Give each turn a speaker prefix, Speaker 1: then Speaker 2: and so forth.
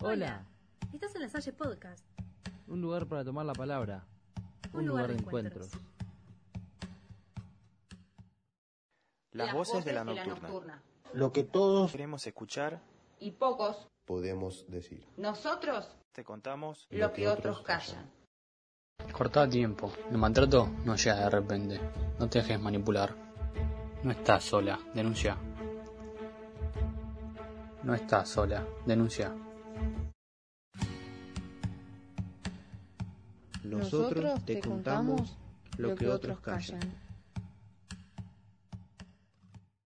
Speaker 1: Hola.
Speaker 2: Estás en la Salle Podcast,
Speaker 1: Un lugar para tomar la palabra.
Speaker 2: un, lugar, de encuentros.
Speaker 3: Las, voces, de la nocturna.
Speaker 4: Lo que todos
Speaker 3: Queremos escuchar,
Speaker 5: Y pocos,
Speaker 6: podemos decir.
Speaker 5: nosotros,
Speaker 3: te contamos
Speaker 5: lo que otros callan.
Speaker 7: Cortá a tiempo. El maltrato no llega de repente. No te dejes manipular. No estás sola. Denuncia. No estás sola. Denuncia.
Speaker 4: nosotros te contamos lo que otros callan.